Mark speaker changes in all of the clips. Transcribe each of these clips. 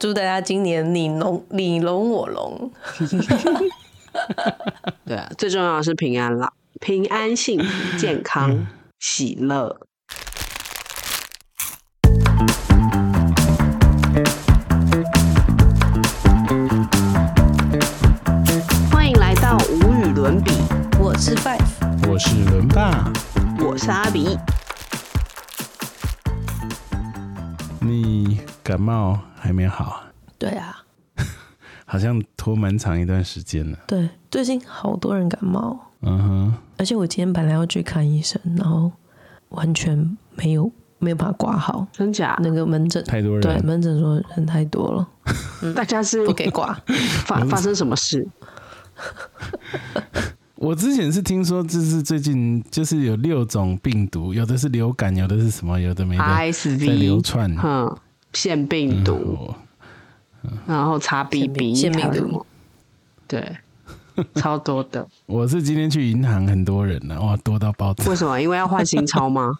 Speaker 1: 祝大家今年你龙你龙我龙。
Speaker 2: 对啊，最重要的是平安啦，平安、幸福、健康、喜乐。欢迎来到无与伦比，
Speaker 1: 我是 Five，
Speaker 3: 我是伦爸，
Speaker 2: 我是阿比。
Speaker 3: 你感冒还没好啊，
Speaker 1: 对啊，
Speaker 3: 好像拖蛮长一段时间了。
Speaker 1: 对，最近好多人感冒，
Speaker 3: 嗯哼，
Speaker 1: 而且我今天本来要去看医生，然后完全没有没有办法挂号，
Speaker 2: 真假？
Speaker 1: 那个门诊
Speaker 3: 太多
Speaker 1: 对
Speaker 3: 人，
Speaker 1: 门诊说人太多了，
Speaker 2: 大家是
Speaker 1: 不给挂。
Speaker 2: 发发生什么事？
Speaker 3: 我之前是听说，就是最近就是有六种病毒，有的是流感，有的是什么，有的没的，在流
Speaker 2: RSV，
Speaker 3: 窜。
Speaker 2: 哼，腺病
Speaker 3: 嗯
Speaker 2: 毒，
Speaker 3: 我
Speaker 2: 然后擦 BB，
Speaker 1: 腺病毒
Speaker 2: 还有什么，对，超多的。
Speaker 3: 我是今天去银行，很多人了、哇，多到爆炸
Speaker 2: 为。什么？因为要换新钞吗？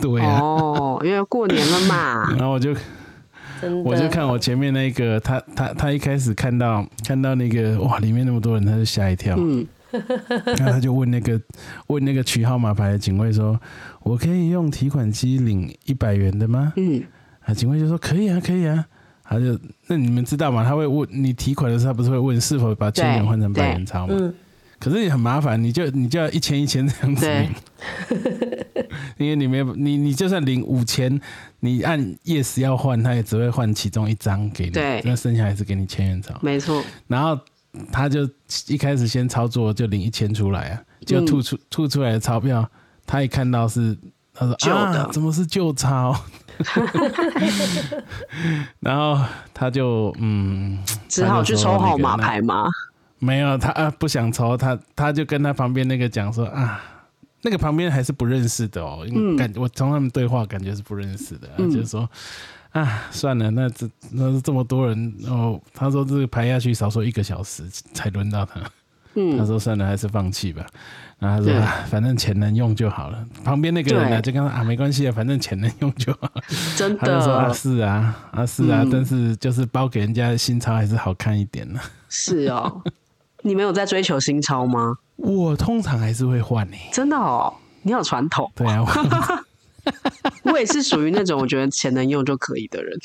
Speaker 3: 对啊，
Speaker 2: 哦，因为过年了 嘛。
Speaker 3: 然后我就
Speaker 1: 真的，
Speaker 3: 我就看我前面那个，他他他一开始看到看到那个哇，里面那么多人，他就吓一跳。
Speaker 2: 嗯，
Speaker 3: 然后他就问 那个问那个取号码牌的警卫说：“我可以用提款机领一百元的吗
Speaker 2: 嗯，？”
Speaker 3: 啊，警卫就说：“可以啊，可以啊。”他就那你们知道吗？他会问你提款的时候，他不是会问是否把千元换成百元钞吗？
Speaker 1: 嗯，
Speaker 3: 可是也很麻烦，你就你就要一千一千这样子
Speaker 2: 对
Speaker 3: 领， 因为你没有你你就算领五千，你按 yes 要换，他也只会换其中一张给你，
Speaker 2: 对
Speaker 3: 那剩下还是给你千元钞。
Speaker 2: 没错，
Speaker 3: 然后他就一开始先操作就领一千出来啊，
Speaker 2: 嗯
Speaker 3: 就吐出、吐出来的钞票，他一看到是他说
Speaker 2: 旧的
Speaker 3: 啊，怎么是旧钞？ 然后他就嗯，
Speaker 2: 只好去抽号码牌嘛。
Speaker 3: 没有他啊不想抽，他他就跟他旁边那个讲说啊。那个旁边还是不认识的哦，因
Speaker 2: 嗯
Speaker 3: 为感我从他们对话感觉是不认识的，他就说啊，算了，那这那这么多人哦，他说这个排下去少说一个小时才轮到他，他
Speaker 2: 嗯，
Speaker 3: 说算了，还是放弃吧。然后他说、
Speaker 2: 对
Speaker 3: 啊、反正钱能用就好了。旁边那个人呢、
Speaker 2: 对
Speaker 3: 就跟他说啊没关系啊，反正钱能用就好。
Speaker 2: 真
Speaker 3: 他就说啊
Speaker 2: 的
Speaker 3: 是啊啊是啊、
Speaker 2: 嗯
Speaker 3: 但是就是包给人家的新钞还是好看一点呢、
Speaker 2: 是哦。你们有在追求新钞吗？
Speaker 3: 我通常还是会换你、
Speaker 2: 真的哦，你好传统。
Speaker 3: 对啊， 我
Speaker 2: 我也是属于那种我觉得钱能用就可以的人。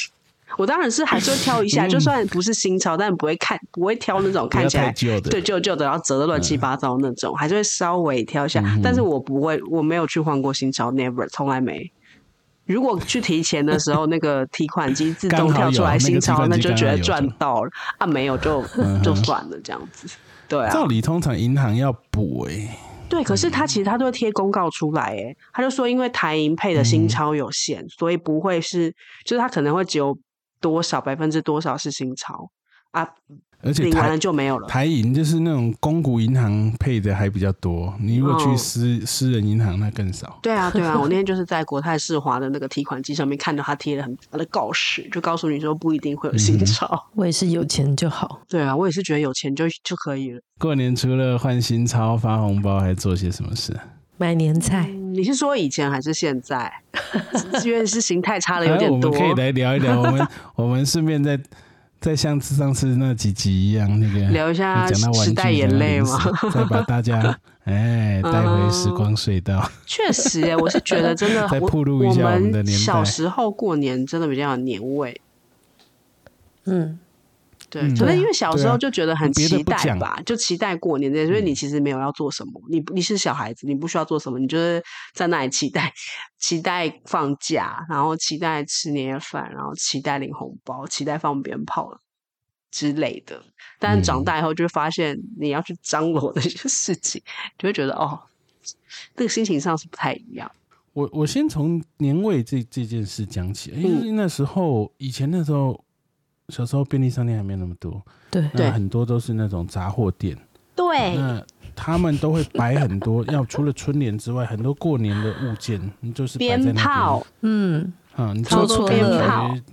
Speaker 2: 我当然是还是会挑一下，就算不是新钞，但不会看，不会挑那种
Speaker 3: 嗯不
Speaker 2: 看
Speaker 3: 要
Speaker 2: 起来
Speaker 3: 太旧的。
Speaker 2: 对，旧旧的，然后折的乱
Speaker 3: 嗯
Speaker 2: 七八糟那种，还是会稍微挑一下。但是我不会，我没有去换过新钞，never，从来没。如果去提钱的时候，那个提款机自动
Speaker 3: 刚好
Speaker 2: 跳
Speaker 3: 有
Speaker 2: 出来
Speaker 3: 那个
Speaker 2: 新
Speaker 3: 提
Speaker 2: 钞，
Speaker 3: 款
Speaker 2: 那
Speaker 3: 机
Speaker 2: 就觉得
Speaker 3: 刚好有嗯
Speaker 2: 赚
Speaker 3: 就
Speaker 2: 到了啊，没有就就算了这样子。对
Speaker 3: 照
Speaker 2: 啊，
Speaker 3: 理通常银行要补哎、
Speaker 2: 对，可是
Speaker 3: 嗯
Speaker 2: 他其实他都会贴公告出来，哎，他就说因为台银配的
Speaker 3: 嗯
Speaker 2: 新钞有限，所以不会是，就是他可能会只有多少百分之多少是新钞啊，
Speaker 3: 而且
Speaker 2: 领完了
Speaker 3: 台
Speaker 2: 就没有了。
Speaker 3: 台银就是那种公股银行配的还比较多，你如果
Speaker 2: 哦
Speaker 3: 去私、私人银行那更少。
Speaker 2: 对啊，对 啊，我那天就是在国泰世华的那个提款机上面看到他贴了很大的告示，就告诉你说不一定会有
Speaker 3: 嗯
Speaker 2: 新钞。
Speaker 1: 我也是有钱就好。
Speaker 2: 对啊，我也是觉得有钱就就可以了。
Speaker 3: 过年除了换新钞、发红包，还做些什么事啊？
Speaker 1: 买年菜，
Speaker 2: 你是说以前还是现在？因为是形态差的有
Speaker 3: 哎
Speaker 2: 点多。
Speaker 3: 我们可以来聊一聊，我们我们顺便再再像上次那几集一样，那个
Speaker 2: 聊一下
Speaker 3: 讲到玩
Speaker 2: 时
Speaker 3: 具，
Speaker 2: 代眼泪吗？
Speaker 3: 讲到零食再把大家哎带回时光隧道。
Speaker 2: 确实、欸，我是觉得真的
Speaker 3: ，再
Speaker 2: 我
Speaker 3: 暴露一下我们的
Speaker 2: 们
Speaker 3: 年代
Speaker 2: 小时候过年真的比较有年味。
Speaker 1: 嗯，
Speaker 2: 对，
Speaker 3: 嗯
Speaker 2: 可
Speaker 1: 对啊
Speaker 2: 能因为小时
Speaker 3: 对
Speaker 2: 候
Speaker 3: 啊
Speaker 2: 就觉得很
Speaker 3: 别的
Speaker 2: 期
Speaker 3: 不
Speaker 2: 待
Speaker 3: 讲嗯
Speaker 2: 吧，就期待过年这些，所以你其实没有要做什么，你你是小孩子，你不需要做什么，你就是在那里期待，期待放假，然后期待吃年夜饭，然后期待领红包，期待放鞭炮之类的。但是
Speaker 3: 嗯
Speaker 2: 长大以后就会发现，你要去张罗那些事情，就会觉得哦，这个心情上是不太一样。
Speaker 3: 我我先从年味这这件事讲起，
Speaker 2: 嗯
Speaker 3: 因为那时候以前那时候小时候便利商店还没那么多，
Speaker 1: 对，
Speaker 2: 对
Speaker 3: 那很多都是那种杂货店，
Speaker 2: 对
Speaker 3: 那他们都会摆很多，要除了春联之外，很多过年的物件，就是摆在
Speaker 2: 鞭
Speaker 3: 那边
Speaker 2: 炮，
Speaker 1: 嗯，
Speaker 3: 啊，你
Speaker 2: 操
Speaker 3: 就
Speaker 1: 作
Speaker 3: 感
Speaker 1: 鞭
Speaker 2: 炮
Speaker 3: 觉，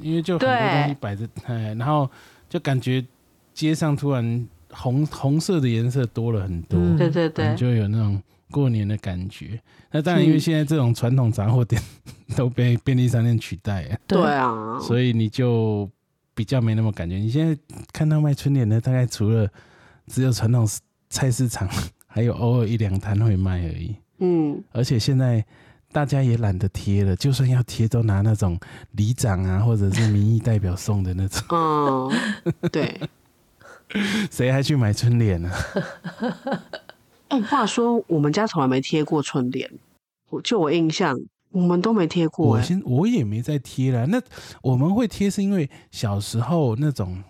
Speaker 3: 因为就很多东西摆着，哎，然后就感觉街上突然红红色的颜色多了很多，
Speaker 1: 嗯
Speaker 2: 对对对
Speaker 3: 你，就有那种过年的感觉。那当然，因为现在这种传统杂货店 都被便利商店取代了，
Speaker 2: 对啊，
Speaker 3: 所以你就比较没那么感觉。你现在看到卖春联的，大概除了只有传统市菜市场，还有偶尔一两摊会卖而已。
Speaker 2: 嗯，
Speaker 3: 而且现在大家也懒得贴了，就算要贴，都拿那种里长啊，或者是民意代表送的那种，
Speaker 2: 嗯，对。
Speaker 3: 谁还去买春联呢、
Speaker 2: 哎、话说我们家从来没贴过春联，我就我印象，我们都没贴过、
Speaker 3: 我
Speaker 2: 哎，
Speaker 3: 先我也没在贴啦。那我们会贴是因为小时候那种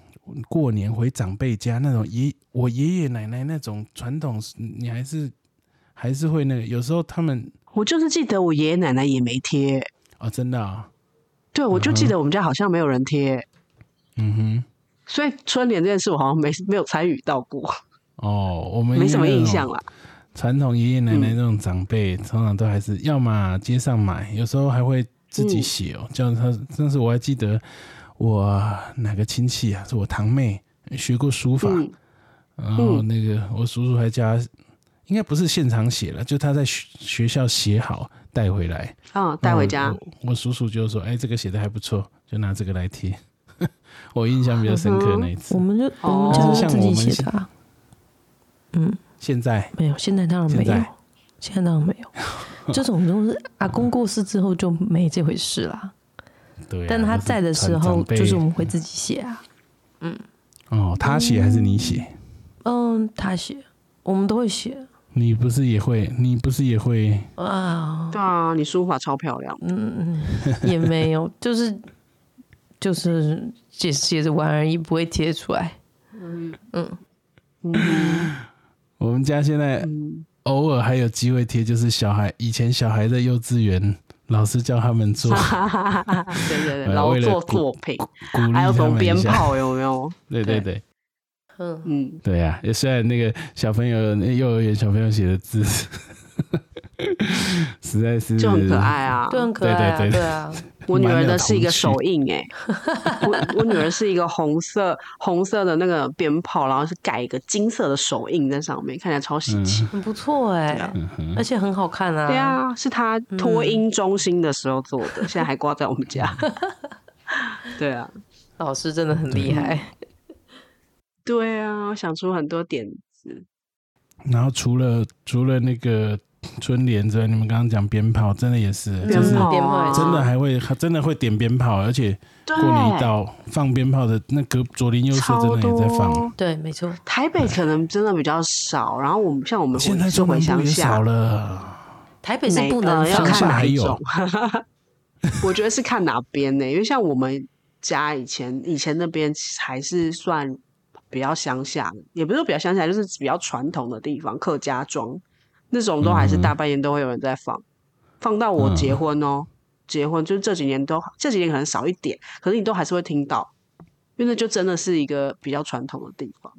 Speaker 3: 过年回长辈家那种爷我爷爷奶奶那种传统，你还是还是会那个。有时候他们
Speaker 2: 我就是记得我爷爷奶奶也没贴、
Speaker 3: 哦，真的、啊，
Speaker 2: 对我就记得我们家好像没有人贴、
Speaker 3: 嗯
Speaker 2: 所以春联这件事我好像没没有参与到过，
Speaker 3: 哼，哦，我们
Speaker 2: 没什么印象
Speaker 3: 了。
Speaker 2: 啦。嗯
Speaker 3: 传统爷爷奶奶那种长辈，通常都还是要么街上买，有时候还会自
Speaker 2: 嗯
Speaker 3: 己写哦、叫他，但是我还记得我哪个亲戚啊，是我堂妹学过书法，
Speaker 2: 嗯
Speaker 3: 然后
Speaker 1: 嗯
Speaker 3: 那个我叔叔还叫他，应该不是现场写了，就他在学学校写好带回来，
Speaker 2: 啊，带回
Speaker 3: 然
Speaker 2: 家
Speaker 3: 后。我。我我叔叔就说：“哎，这个写的还不错，就拿这个来贴。” 我印象比较深刻那一次。
Speaker 1: 我们就我
Speaker 2: 哦
Speaker 1: 们家是自己写的、啊，
Speaker 3: 现在
Speaker 1: 没有，现在当然没
Speaker 3: 现
Speaker 1: 有
Speaker 3: 在，
Speaker 1: 现在当然没 有。这种都是阿公过世之后就没这回事啦。
Speaker 3: 对啊、
Speaker 1: 但他在的时候，
Speaker 3: 都
Speaker 1: 就是
Speaker 3: 传
Speaker 1: 我
Speaker 3: 长
Speaker 1: 们会自己写啊。
Speaker 3: 辈哦，他写还是你写？
Speaker 1: 嗯，他写，我们都会写
Speaker 3: 你不是也会？你不是也会？嗯
Speaker 1: 啊，
Speaker 2: 对啊，你书法超漂亮。
Speaker 1: 也没 有，就是就是写写着玩而已，不会贴出来。
Speaker 2: 嗯
Speaker 1: 嗯
Speaker 3: 我们家现在
Speaker 2: 嗯
Speaker 3: 偶尔还有机会贴，就是小孩以前小孩在幼稚园，老师叫他们 做，
Speaker 2: 啊对对对，
Speaker 3: 呃
Speaker 2: 劳
Speaker 3: 为了
Speaker 2: 作
Speaker 3: 鼓
Speaker 2: 作品，
Speaker 3: 鼓励
Speaker 2: 还有什
Speaker 3: 他
Speaker 2: 么
Speaker 3: 们
Speaker 2: 鞭
Speaker 3: 一下。
Speaker 2: 炮有没有？
Speaker 3: 对对对
Speaker 1: 嗯，
Speaker 2: 嗯，
Speaker 3: 对呀、啊！虽然那个小朋友那幼儿园小朋友写的字， 实在是
Speaker 2: 就很可爱啊。
Speaker 1: 就很可爱啊，
Speaker 3: 对对对
Speaker 1: 对啊，
Speaker 2: 我女
Speaker 3: 蛮
Speaker 2: 儿
Speaker 3: 有
Speaker 2: 的是一个
Speaker 3: 童趣
Speaker 2: 手印哎、我我女儿是一个红色红色的那个鞭炮，然后是盖一个金色的手印在上面，看起来超
Speaker 3: 嗯
Speaker 2: 喜气。
Speaker 1: 很不错哎、 而且很好看啊。
Speaker 2: 对，啊，是她脱音中心的时候做的，现在还挂在我们家。对啊，
Speaker 1: 老师真的很厉害。
Speaker 2: 对啊，想出很多点子。
Speaker 3: 然后除了除了那个春联之外，你们刚刚讲鞭炮，真的也是，
Speaker 2: 鞭
Speaker 3: 就是
Speaker 2: 炮
Speaker 1: 鞭
Speaker 2: 啊
Speaker 1: 炮也是
Speaker 3: 真的还会真的会点鞭炮，而且
Speaker 2: 对，
Speaker 3: 过年一到放鞭炮的那隔左邻右舍真的也在
Speaker 2: 超多
Speaker 3: 放，哎
Speaker 1: 对，没错。
Speaker 2: 台北可能真的比较少，然后我们像我们
Speaker 3: 现在
Speaker 2: 是
Speaker 3: 中
Speaker 2: 回
Speaker 3: 南
Speaker 2: 乡
Speaker 3: 部也
Speaker 2: 下
Speaker 3: 少，了。
Speaker 1: 台北是
Speaker 2: 每
Speaker 1: 不能
Speaker 2: 呃要
Speaker 1: 放
Speaker 2: 看
Speaker 3: 乡下
Speaker 1: 的，
Speaker 2: 哪
Speaker 3: 还
Speaker 2: 一
Speaker 3: 有
Speaker 2: 种。 我觉得是看哪边呢、因为像我们家以前以前那边还是算比较乡下，也不是说比较乡下，就是比较传统的地方，客家庄那种都还是大半夜都会有人在放，放到我结婚哦、结婚就是这几年都这几年可能少一点，可是你都还是会听到，因为那就真的是一个比较传统的地方。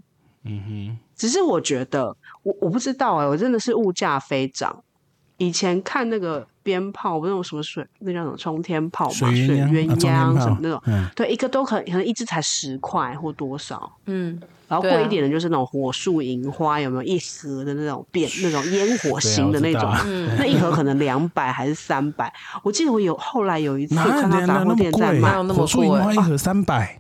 Speaker 3: 嗯
Speaker 2: 只是我觉得，我我不知道哎、我真的是物价飞涨。以前看那个鞭炮，不是那种什么水，那叫什么冲天炮嘛，
Speaker 3: 哼，
Speaker 2: 水
Speaker 3: 水
Speaker 2: 鸳
Speaker 3: 鸳鸯啊，冲天
Speaker 2: 鸯
Speaker 3: 炮
Speaker 2: 什么那种，
Speaker 3: 嗯，
Speaker 2: 对，一个都可可能一只才十块或多少，
Speaker 1: 嗯，
Speaker 2: 然后
Speaker 1: 对
Speaker 2: 贵
Speaker 1: 啊
Speaker 2: 一点的就是那种火树银花，有没有一盒的那种变那种烟火
Speaker 3: 对啊
Speaker 2: 型的那
Speaker 3: 我知
Speaker 2: 种
Speaker 3: 道啊，
Speaker 1: 嗯
Speaker 2: 那一盒可能两百还是三百。我记得我有后来有一次
Speaker 3: 哪有
Speaker 2: 看到
Speaker 3: 哪
Speaker 2: 杂货
Speaker 3: 有那
Speaker 2: 店
Speaker 3: 么
Speaker 2: 在
Speaker 1: 哪
Speaker 3: 贵？啊
Speaker 2: 卖
Speaker 1: 有那么
Speaker 3: 火树银
Speaker 1: 贵
Speaker 3: 花一盒三百，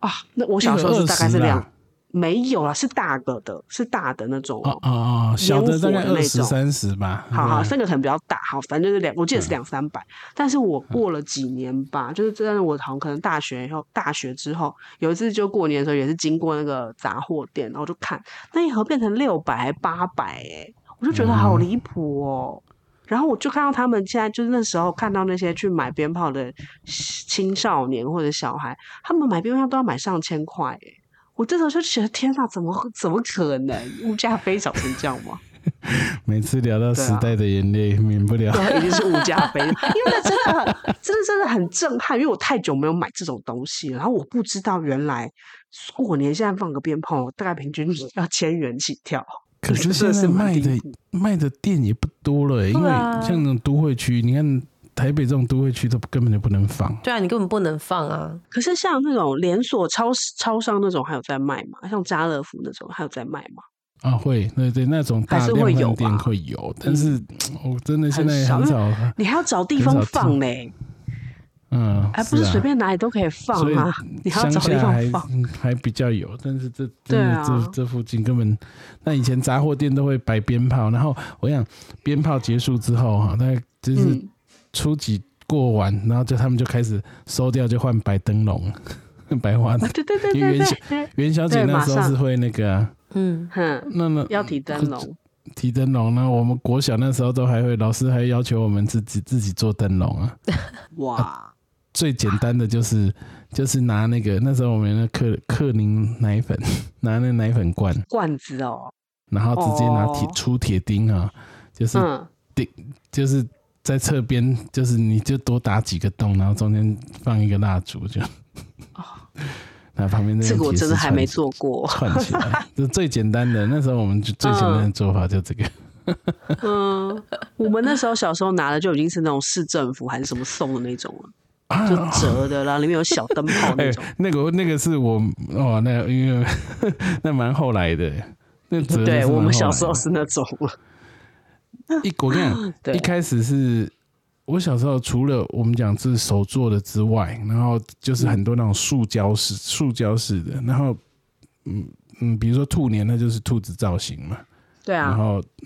Speaker 2: 啊，那我小时候
Speaker 3: 一盒
Speaker 2: 是大概是
Speaker 3: 20啦
Speaker 2: 两，没有啦，是大个的，是大的那种
Speaker 3: 哦哦哦，小的大概
Speaker 2: 烟火的
Speaker 3: 二
Speaker 2: 那
Speaker 3: 十
Speaker 2: 种
Speaker 3: 三十吧。嗯
Speaker 2: 好好，
Speaker 3: 对
Speaker 2: 这个可能比较大，好，反正就是两，我记得是两三百。但是我过了几年吧，就是真的，我好像可能大学以后，大学之后有一次就过年的时候，也是经过那个杂货店，然后就看那一盒变成六百八百，哎，我就觉得好离谱哦。然后我就看到他们现在就是那时候看到那些去买鞭炮的青少年或者小孩，他们买鞭炮都要买上千块，哎，我这时候就觉得天哪，怎么会怎么可能物价飞涨成这样吗？
Speaker 3: 每次聊到
Speaker 2: 对啊
Speaker 3: 时代的眼泪，免不了。
Speaker 2: 对，已啊经是物价 飞，因为那真的很，真的真的很震撼，因为我太久没有买这种东西了，然后我不知道原来过年现在放个鞭炮，大概平均要千元起跳。
Speaker 3: 可是
Speaker 2: 真
Speaker 3: 现
Speaker 2: 的
Speaker 3: 在
Speaker 2: 是蛮
Speaker 3: 卖的
Speaker 2: 离谱
Speaker 3: 卖的店也不多了，因为
Speaker 1: 对啊
Speaker 3: 像那种都会区，你看台北这种都会区都根本就不能放。
Speaker 1: 对啊，你根本不能放啊。
Speaker 2: 可是像那种连锁超市、超商那种还有在卖吗？像家乐福那种还有在卖吗？
Speaker 3: 啊，会，对对，那种大
Speaker 2: 还是
Speaker 3: 量
Speaker 2: 会有
Speaker 3: 饭店
Speaker 2: 吧嗯
Speaker 3: 会有，但是我真的现在
Speaker 2: 很少
Speaker 3: 很少，
Speaker 2: 你还要找地
Speaker 3: 很
Speaker 2: 方
Speaker 3: 少
Speaker 2: 放
Speaker 3: 听
Speaker 2: 嘞，
Speaker 3: 嗯，
Speaker 2: 哎还不是
Speaker 3: 啊
Speaker 2: 随便哪里都可以放
Speaker 3: 所以
Speaker 2: 啊，你还要
Speaker 3: 乡
Speaker 2: 找地
Speaker 3: 下还
Speaker 2: 方放。
Speaker 3: 嗯还比较有，但是这真
Speaker 2: 对
Speaker 3: 的、
Speaker 2: 啊
Speaker 3: 这这附近根本，那以前杂货店都会摆鞭炮，然后我想鞭炮结束之后哈，那就是
Speaker 2: 嗯，
Speaker 3: 初几过完，然后就他们就开始收掉，就换摆灯笼、 摆花
Speaker 2: 啊
Speaker 3: 灯。
Speaker 2: 对对对
Speaker 3: 因为
Speaker 2: 对
Speaker 3: 元宵
Speaker 2: 对，
Speaker 3: 元宵节
Speaker 2: 对
Speaker 3: 那时
Speaker 2: 马
Speaker 3: 候
Speaker 2: 上
Speaker 3: 是会那个啊、
Speaker 1: 嗯，
Speaker 2: 哼，
Speaker 3: 那那
Speaker 2: 要提灯笼，
Speaker 3: 嗯提灯笼呢，我们国小那时候都还会，老师还要求我们自己自己做灯笼啊。
Speaker 2: 哇，
Speaker 3: 最简单的就是就是拿那个那时候我们那克克宁奶粉， 拿那奶粉罐，
Speaker 2: 罐子哦，
Speaker 3: 然后直接拿铁
Speaker 2: 哦
Speaker 3: 出铁钉啊，就是、
Speaker 2: 嗯，
Speaker 3: 就是在侧边，就是你就多打几个洞，然后中间放一个蜡烛就。 那旁边那
Speaker 2: 哦这
Speaker 3: 种
Speaker 2: 个我
Speaker 3: 铁
Speaker 2: 真的
Speaker 3: 丝
Speaker 2: 还
Speaker 3: 串
Speaker 2: 没
Speaker 3: 起
Speaker 2: 做过，
Speaker 3: 串起来， 就最简单的。那时候我们就最简单的做法就 这个，
Speaker 2: 嗯，我们那时候小时候拿的就已经是那种市政府还是什么送的那种了，就折的啦，里面有小灯泡那
Speaker 3: 哦哎
Speaker 2: 种。，
Speaker 3: 那个那个是我哦，那个因为 那蛮后来的，那折的
Speaker 2: 对
Speaker 3: 是蛮
Speaker 2: 我们
Speaker 3: 后
Speaker 2: 小
Speaker 3: 来
Speaker 2: 时候
Speaker 3: 的
Speaker 2: 是那种，
Speaker 3: 一我跟你
Speaker 2: 对
Speaker 3: 讲，一开始是我小时候除了我们讲是手做的之外，然后就是很多那种塑胶式、塑胶式的，然后嗯嗯，比如说兔年那就是兔子造型嘛，
Speaker 2: 对
Speaker 3: 然
Speaker 2: 啊，
Speaker 3: 后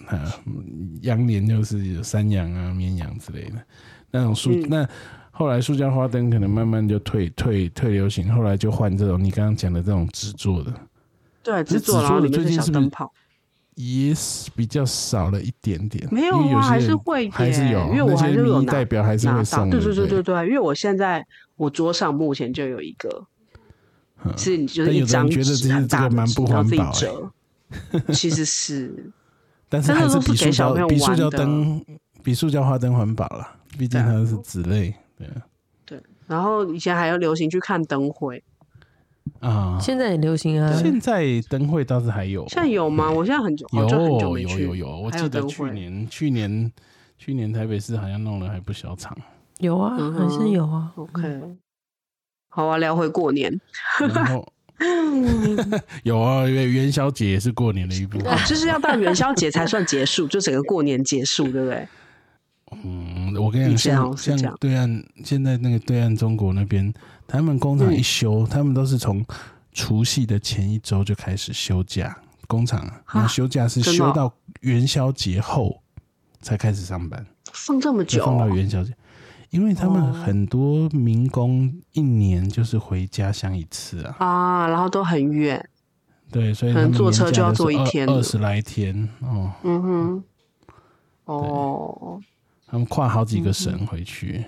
Speaker 3: 呃嗯羊年就是有山羊啊、绵羊之类的那种塑。
Speaker 2: 嗯
Speaker 3: 那后来塑胶花灯可能慢慢就退退退流行，后来就换这种你刚刚讲的这种制作的，
Speaker 2: 对，啊制
Speaker 3: 制
Speaker 2: 作然后
Speaker 3: 作的
Speaker 2: 里面
Speaker 3: 最近
Speaker 2: 小
Speaker 3: 是不是
Speaker 2: 灯泡，
Speaker 3: 也是比较少了一点点。
Speaker 2: 没有
Speaker 3: 因为有
Speaker 2: 啊，
Speaker 3: 些
Speaker 2: 还是
Speaker 3: 人
Speaker 2: 会耶，
Speaker 3: 还是有，
Speaker 2: 因为我
Speaker 3: 那
Speaker 2: 还
Speaker 3: 些
Speaker 2: 是有
Speaker 3: 民意
Speaker 2: 拿
Speaker 3: 代表还是
Speaker 2: 拿
Speaker 3: 会
Speaker 2: 到，
Speaker 3: 送
Speaker 2: 对
Speaker 3: 的，
Speaker 2: 对对对
Speaker 3: 对
Speaker 2: 对，因为我现在我桌上目前就有一个，
Speaker 3: 嗯
Speaker 2: 是你就是
Speaker 3: 但有
Speaker 2: 一
Speaker 3: 的人
Speaker 2: 张
Speaker 3: 觉得
Speaker 2: 纸
Speaker 3: 这
Speaker 2: 很
Speaker 3: 这
Speaker 2: 大
Speaker 3: 个
Speaker 2: 的
Speaker 3: 蛮
Speaker 2: 纸
Speaker 3: 不
Speaker 2: 然后
Speaker 3: 环
Speaker 2: 自己
Speaker 3: 保欸
Speaker 2: 折， 其实是
Speaker 3: 但是
Speaker 2: 真的
Speaker 3: 还是
Speaker 2: 都是
Speaker 3: 比
Speaker 2: 给
Speaker 3: 塑
Speaker 2: 小朋
Speaker 3: 胶
Speaker 2: 友
Speaker 3: 比塑
Speaker 2: 玩
Speaker 3: 胶
Speaker 2: 的
Speaker 3: 灯比塑胶花灯环保啦，毕
Speaker 2: 对
Speaker 3: 竟
Speaker 2: 啊
Speaker 3: 它是纸类，对啊
Speaker 2: 然后以前还有流行去看灯会，
Speaker 3: 啊。
Speaker 1: 现在很流行啊，
Speaker 3: 现在灯会倒是还有，
Speaker 2: 现在有吗？我现在很久，
Speaker 3: 有
Speaker 2: 哦就很久没
Speaker 3: 有
Speaker 2: 去。
Speaker 3: 有有，我
Speaker 2: 还
Speaker 3: 记
Speaker 2: 有
Speaker 3: 得
Speaker 2: 灯
Speaker 3: 去
Speaker 2: 会
Speaker 3: 年去年去年台北市好像弄了还不小场，
Speaker 1: 有啊，
Speaker 2: 嗯
Speaker 1: 还
Speaker 2: 哼
Speaker 1: 是有啊。
Speaker 3: 嗯
Speaker 2: OK，好啊，聊回过年，
Speaker 3: 然 后 有啊，元元宵节也是过年的一部分。
Speaker 2: 哦就是要到元宵节才算结束，就整个过年结束，对不对？
Speaker 3: 嗯，我跟你
Speaker 2: 以
Speaker 3: 讲，
Speaker 2: 前好
Speaker 3: 像
Speaker 2: 像是这
Speaker 3: 像
Speaker 2: 样
Speaker 3: 对岸现在那个对岸中国那边，他们工
Speaker 2: 嗯
Speaker 3: 厂一休，他们都是从除夕的前一周就开始休假，工厂啊，
Speaker 2: 哈
Speaker 3: 那休假是
Speaker 2: 真的
Speaker 3: 休
Speaker 2: 哦
Speaker 3: 到元宵节后才开始上班，
Speaker 2: 放这么
Speaker 3: 就
Speaker 2: 久
Speaker 3: 放到元宵节，因为他们
Speaker 2: 哦
Speaker 3: 很多民工一年就是回家乡一次啊，
Speaker 2: 啊，然后都很远，
Speaker 3: 对，所以
Speaker 2: 可
Speaker 3: 他
Speaker 2: 能
Speaker 3: 们
Speaker 2: 坐车就要坐一天
Speaker 3: 二
Speaker 2: 了
Speaker 3: 十来天哦，
Speaker 2: 嗯哼，哦，
Speaker 3: 他们跨好几个省回去。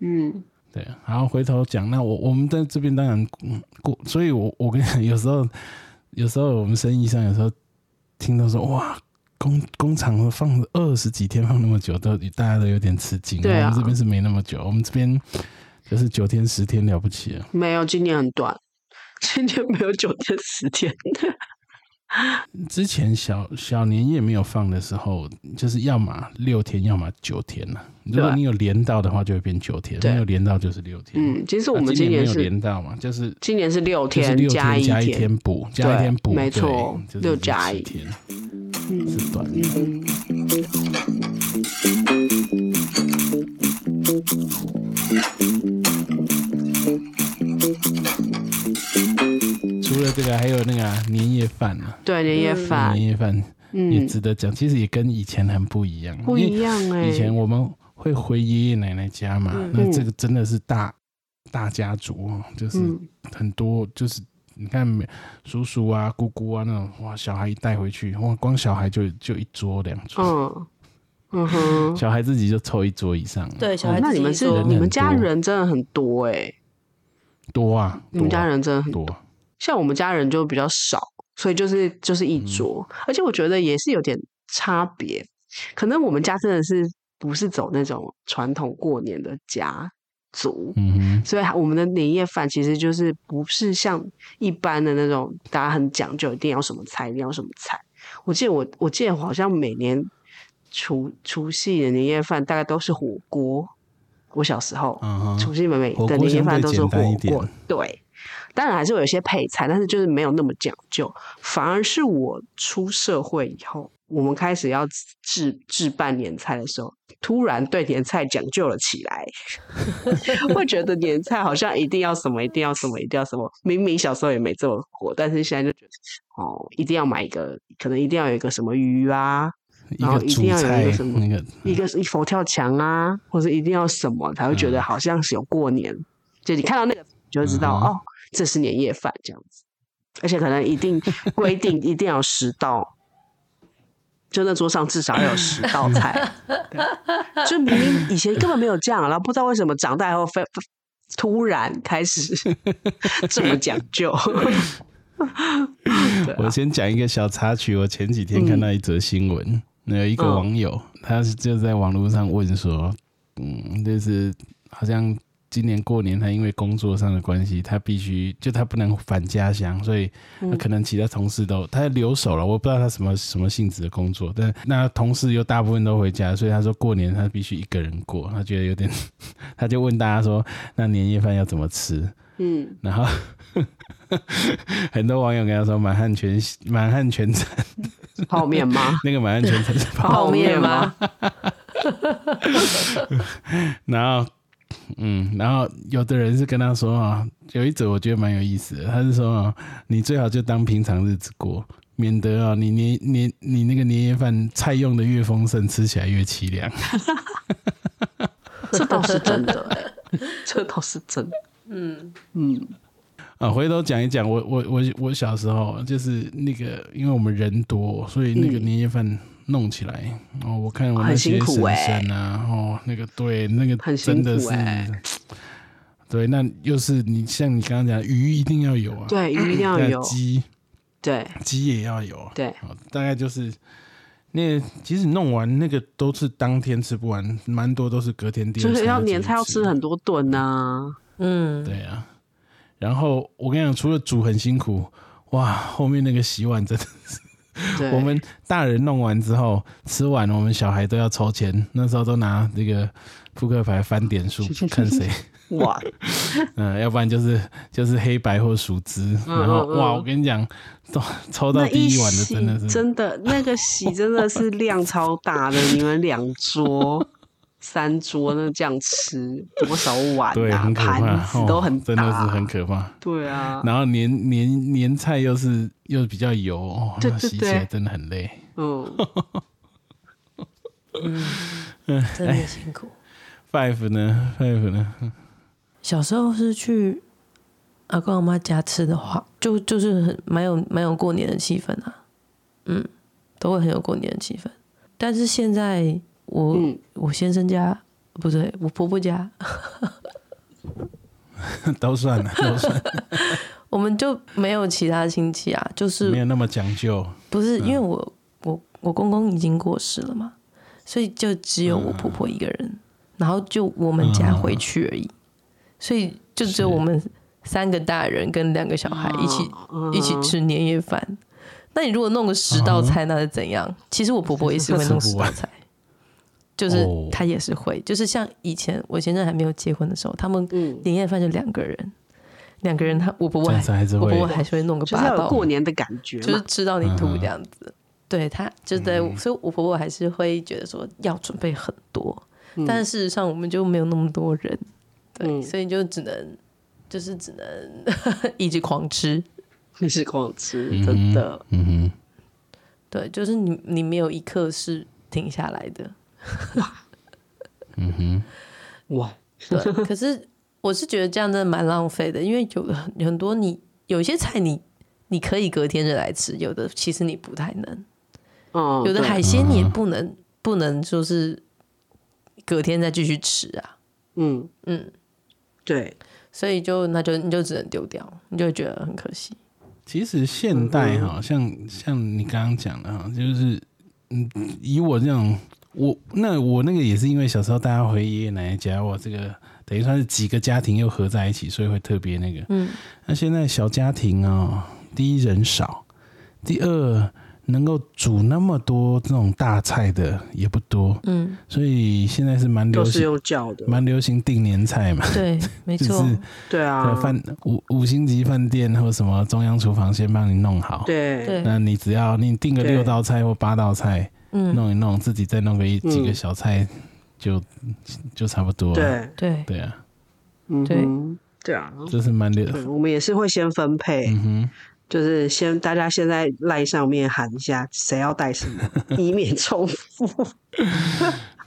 Speaker 2: 嗯，
Speaker 3: 对，然后回头讲，那我我们在这边当然嗯过，所以我我跟你讲，有时候有时候我们生意上有时候听到说哇，工工厂放二十几天放那么久，都大家都有点吃惊。
Speaker 2: 对啊
Speaker 3: 我们这边是没那么久，我们这边就是九天十天了不起了。
Speaker 2: 没有，今年很短，今年没有九天十天，
Speaker 3: 之前小小年夜没有放的时候，就是要么六天，要么九天了、如
Speaker 2: 对
Speaker 3: 果
Speaker 2: 啊
Speaker 3: 你有连到的话，就会变九天；
Speaker 2: 对
Speaker 3: 没有连到就是六天。
Speaker 2: 嗯，其实
Speaker 3: 那
Speaker 2: 我们今
Speaker 3: 啊
Speaker 2: 年
Speaker 3: 年没有
Speaker 2: 是
Speaker 3: 连到嘛，就是
Speaker 2: 今年是六
Speaker 3: 就是
Speaker 2: 天
Speaker 3: 六
Speaker 2: 加
Speaker 3: 天加一
Speaker 2: 天，
Speaker 3: 天补，加一天补，
Speaker 2: 没
Speaker 3: 对
Speaker 2: 错
Speaker 3: 就是
Speaker 2: 六
Speaker 3: 这
Speaker 2: 加
Speaker 3: 七
Speaker 2: 一
Speaker 3: 天
Speaker 2: 嗯
Speaker 3: 是短的。
Speaker 2: 嗯哼
Speaker 3: 除了这个，还有那个啊、年夜饭啊，
Speaker 2: 对，年夜饭，
Speaker 3: 年夜饭也
Speaker 2: 嗯，
Speaker 3: 值得讲，其实也跟以前很不一样，
Speaker 2: 不一样
Speaker 3: 因
Speaker 2: 哎、
Speaker 3: 为以前我们会回爷爷奶奶家嘛，
Speaker 1: 嗯
Speaker 3: 那这个真的是大大家族哦，就是
Speaker 2: 嗯，
Speaker 3: 很多就是你看叔叔啊、姑姑啊那种，哇，小孩一带回去，哇，光小孩就就一桌两桌，
Speaker 2: 嗯，嗯哼，
Speaker 3: 小孩自己就凑一桌以上了，
Speaker 1: 对，小
Speaker 2: 哦
Speaker 1: 孩
Speaker 2: 那
Speaker 1: 自
Speaker 2: 你
Speaker 1: 己
Speaker 2: 们是
Speaker 1: 做
Speaker 3: 人
Speaker 2: 你
Speaker 3: 很
Speaker 2: 们家
Speaker 3: 多
Speaker 2: 人真的很多哎、
Speaker 3: 多啊，
Speaker 2: 你们
Speaker 3: 多
Speaker 2: 家人真的很
Speaker 3: 多。啊
Speaker 2: 像我们家人就比较少，所以就是就是一桌，而且我觉得也是有点差别，可能我们家真的是不是走那种传统过年的家族，
Speaker 3: 嗯哼，
Speaker 2: 所以我们的年夜饭其实就是不是像一般的那种大家很讲究，一定要什么菜，一定要什么菜。我记得我我记得我好像每年除除夕的年夜饭大概都是火锅，我小时候。
Speaker 3: 嗯哼，
Speaker 2: 除夕每每
Speaker 3: 火
Speaker 2: 的
Speaker 3: 锅
Speaker 2: 年夜
Speaker 3: 相
Speaker 2: 饭
Speaker 3: 对
Speaker 2: 都是
Speaker 3: 简
Speaker 2: 火
Speaker 3: 单一
Speaker 2: 锅
Speaker 3: 点，
Speaker 2: 对。当然还是有一些配菜，但是就是没有那么讲究。反而是我出社会以后，我们开始要置置办年菜的时候，突然对年菜讲究了起来， 会觉得年菜好像一定要什么，一定要什么，一定要什么。明明小时候也没这么过，但是现在就觉得哦，一定要买一个，可能一定要有一个什么鱼啊，
Speaker 3: 一
Speaker 2: 然后
Speaker 3: 个
Speaker 2: 一定
Speaker 3: 主
Speaker 2: 要有一个
Speaker 3: 菜
Speaker 2: 什么
Speaker 3: 那个
Speaker 2: 一
Speaker 1: 嗯
Speaker 2: 个是佛跳墙啊，或者一定要什么才会觉得好像是有过年，就你看到那个就会知道、
Speaker 3: 嗯哼
Speaker 2: 哦，这是年夜饭这样子，而且可能一定规定一定要有十道，就那桌上至少要有十 道菜，啊对就明明以前根本没有这样，然后不知道为什么长大以后非突然 开始这么讲究，对啊
Speaker 3: 我先讲一个小插曲，我前几天看到一则新闻，有一个
Speaker 2: 嗯
Speaker 3: 网友，他是就在网络上问说，嗯，就是好像今年过年他因为工作上的关系，他必须就他不能返家乡，所以
Speaker 2: 嗯
Speaker 3: 他可能其他同事都他留守了，我不知道他什么什么性质的工作，但那同事又大部分都回家，所以他说过年他必须一个人过，他觉得有点， 他就问大家说，那年夜饭要怎么吃？
Speaker 2: 嗯，
Speaker 3: 然后 很多网友跟他说满汉全满汉全餐，
Speaker 2: 泡面吗？
Speaker 3: 那个满汉全餐是吧？
Speaker 1: 泡面吗？
Speaker 3: 然后嗯，然后有的人是跟他说啊，有一则我觉得蛮有意思的，他是说啊，你最好就当平常日子过。免得啊，你年年你那个年夜饭菜用的越丰盛，吃起来越凄凉。
Speaker 2: 这倒是真的、欸，这倒是真的，嗯嗯。
Speaker 3: 啊，回头讲一讲，我我我我小时候就是那个，因为我们人多，所以那个
Speaker 2: 嗯
Speaker 3: 年夜饭弄起来，哦，我看我那
Speaker 2: 很
Speaker 3: 些
Speaker 2: 辛
Speaker 3: 婶
Speaker 2: 苦欸
Speaker 3: 婶啊，哦，那个对，那个
Speaker 2: 很辛苦
Speaker 3: 真的是，
Speaker 2: 欸
Speaker 3: 对，那又是你像你刚刚讲，鱼一定要有啊，，
Speaker 2: 对，一定要有，
Speaker 3: 鸡
Speaker 2: 对
Speaker 3: 鸡也要有啊，
Speaker 2: 对，
Speaker 3: 哦大概就是那其实弄完那个都是当天吃不完，蛮多都是隔天第二
Speaker 2: 就是
Speaker 3: 餐
Speaker 2: 要
Speaker 3: 就直接
Speaker 2: 年菜要吃很多顿 呐、
Speaker 1: 嗯，
Speaker 3: 对啊，然后我跟你讲，除了煮很辛苦，哇，后面那个洗碗真的，
Speaker 2: 对，
Speaker 3: 我们大人弄完之后，吃完我们小孩都要抽签，那时候都拿这个扑克牌翻点数，看谁，
Speaker 2: 哇，
Speaker 3: 嗯、要不然就是就是黑白或数值，然后
Speaker 2: 嗯嗯
Speaker 3: 哇，我跟你讲，都抽到
Speaker 2: 那
Speaker 3: 第一碗的
Speaker 2: 洗
Speaker 3: 真的是，
Speaker 2: 真的那个洗真的是量超大的，你们两桌。三桌那这样吃多少碗
Speaker 3: 对，
Speaker 2: 啊？
Speaker 3: 很可怕，
Speaker 2: 盘子都
Speaker 3: 哦
Speaker 2: 很大，
Speaker 3: 真的是很可怕。
Speaker 2: 对啊，
Speaker 3: 然后年年年菜又是又比较油，哦，
Speaker 2: 对
Speaker 3: 那
Speaker 2: 对
Speaker 3: 洗起
Speaker 2: 对
Speaker 3: 来真的很累。
Speaker 2: 嗯，
Speaker 1: 真的辛苦。
Speaker 3: Five 呢？Five 呢？
Speaker 1: 小时候是去阿公阿妈家吃的话，就就是很蛮有蛮有过年的气氛啊，嗯，都会很有过年的气氛。但是现在我、
Speaker 2: 嗯
Speaker 1: 我先生家不对，我婆婆家，
Speaker 3: 都算了，都算，
Speaker 1: 我们就没有其他亲戚啊，就是
Speaker 3: 没有那么讲究。
Speaker 1: 不
Speaker 3: 嗯
Speaker 1: 是因为我我我公公已经过世了嘛，所以就只有
Speaker 3: 嗯
Speaker 1: 我婆婆一个人，然后就我们家回去而已，所以就只有我们三个大人跟两个小孩一起、
Speaker 2: 哦嗯
Speaker 1: 一起吃年夜饭。那你如果弄个十
Speaker 3: 嗯
Speaker 1: 道菜，那是怎样？其实我婆婆也是会弄十道菜，就是
Speaker 3: 哦
Speaker 1: 她也是会，就是像以前我先生还没有结婚的时候，他们
Speaker 2: 嗯
Speaker 1: 年夜饭就两个人，两个人他我婆婆还
Speaker 3: 这样子还是
Speaker 1: 我
Speaker 3: 会
Speaker 1: 婆婆还是会弄个
Speaker 2: 就是
Speaker 1: 八
Speaker 2: 要有
Speaker 1: 道，
Speaker 2: 过年的感觉嗯
Speaker 1: 就是
Speaker 2: 嘛。
Speaker 1: 吃到你吐这样子。对他，就在、所以我婆婆还是会觉得说要准备很多，但事实上我们就没有那么多人，对，
Speaker 2: 嗯
Speaker 1: 所以就只能就是只能一直狂吃。
Speaker 2: 你是狂吃，真的，
Speaker 3: 嗯
Speaker 1: 对，就是你你没有一刻是停下来 的。
Speaker 2: 哇，
Speaker 1: 对，可是我是觉得这样真的蛮浪费的，因为有的很很多你有些菜你你可以隔天就来吃，有的其实你不太能。
Speaker 2: 嗯，
Speaker 1: 有的
Speaker 2: 对
Speaker 1: 海鲜你也不能、不能说是隔天再继续吃啊，
Speaker 2: 嗯
Speaker 1: 嗯，
Speaker 2: 对，
Speaker 1: 所以就那就你就只能丢掉，你就会觉得很可惜。
Speaker 3: 哼，其实现
Speaker 2: 嗯
Speaker 3: 代哈，像像你刚刚讲的哈，就是嗯，以我这种，我那我那个也是因为小时候大家回爷爷奶奶家，我这个等于算是几个家庭又合在一起，所以会特别那个。
Speaker 1: 嗯，
Speaker 3: 那现在小家庭啊、第一人少，第二能够煮那么多这种大菜的也不多，
Speaker 1: 嗯，
Speaker 3: 所以现在是蛮流
Speaker 2: 都是
Speaker 3: 行，
Speaker 2: 用叫的，
Speaker 3: 蛮流行订年菜嘛，
Speaker 1: 对，没
Speaker 3: 就
Speaker 1: 错，
Speaker 3: 是
Speaker 2: 对啊
Speaker 3: 在，饭五五星级饭店或什么中央厨房先帮你弄好，
Speaker 2: 对
Speaker 1: 对，
Speaker 3: 那你只要你订个
Speaker 2: 对
Speaker 3: 六道菜或八道菜，
Speaker 1: 嗯，
Speaker 3: 弄一弄，自己再弄个一
Speaker 2: 嗯
Speaker 3: 几个小菜，就就差不多了。
Speaker 2: 对，
Speaker 1: 对，
Speaker 3: 对啊，
Speaker 2: 嗯
Speaker 1: 对
Speaker 2: 哼，对啊，
Speaker 1: 哦
Speaker 3: 这是蛮流，
Speaker 2: 对，我们也是会先分配，
Speaker 3: 嗯
Speaker 2: 就是先大家先在赖上面喊一下谁要带什 么，以免重复。
Speaker 3: 哼，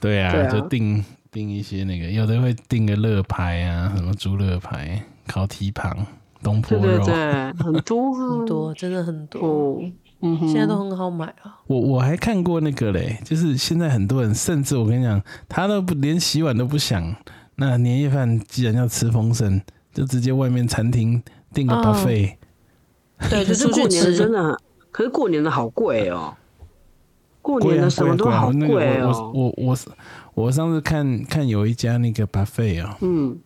Speaker 3: 对
Speaker 2: 对啊
Speaker 3: 啊，就订订一些那个，有的会订个乐牌啊，什么猪乐牌、烤蹄膀、东坡
Speaker 2: 对对
Speaker 3: 肉。
Speaker 2: 对，很多啊
Speaker 1: 很多，真的很多，
Speaker 2: 哦，嗯哼，
Speaker 1: 现在都很好买啊，
Speaker 3: 我我还看过那个嘞，就是现在很多人，甚至我跟你讲，他都不连洗碗都不想。那年夜饭既然要吃丰盛，就直接外面餐厅订个
Speaker 2: 啊
Speaker 1: 哦
Speaker 3: buffet，、
Speaker 1: 对，
Speaker 2: 可
Speaker 1: 哎就是出去
Speaker 2: 过年的
Speaker 1: 吃，
Speaker 2: 真的很，可是过年的好贵哦，过
Speaker 3: 贵
Speaker 2: 年
Speaker 3: 啊
Speaker 2: 的什么都
Speaker 3: 贵啊
Speaker 2: 好
Speaker 3: 贵啊
Speaker 2: 贵
Speaker 3: 那
Speaker 1: 嗯
Speaker 3: 个
Speaker 2: 哦。
Speaker 3: 我我我我我上次看看有一家那个 buffet 哦，
Speaker 2: 嗯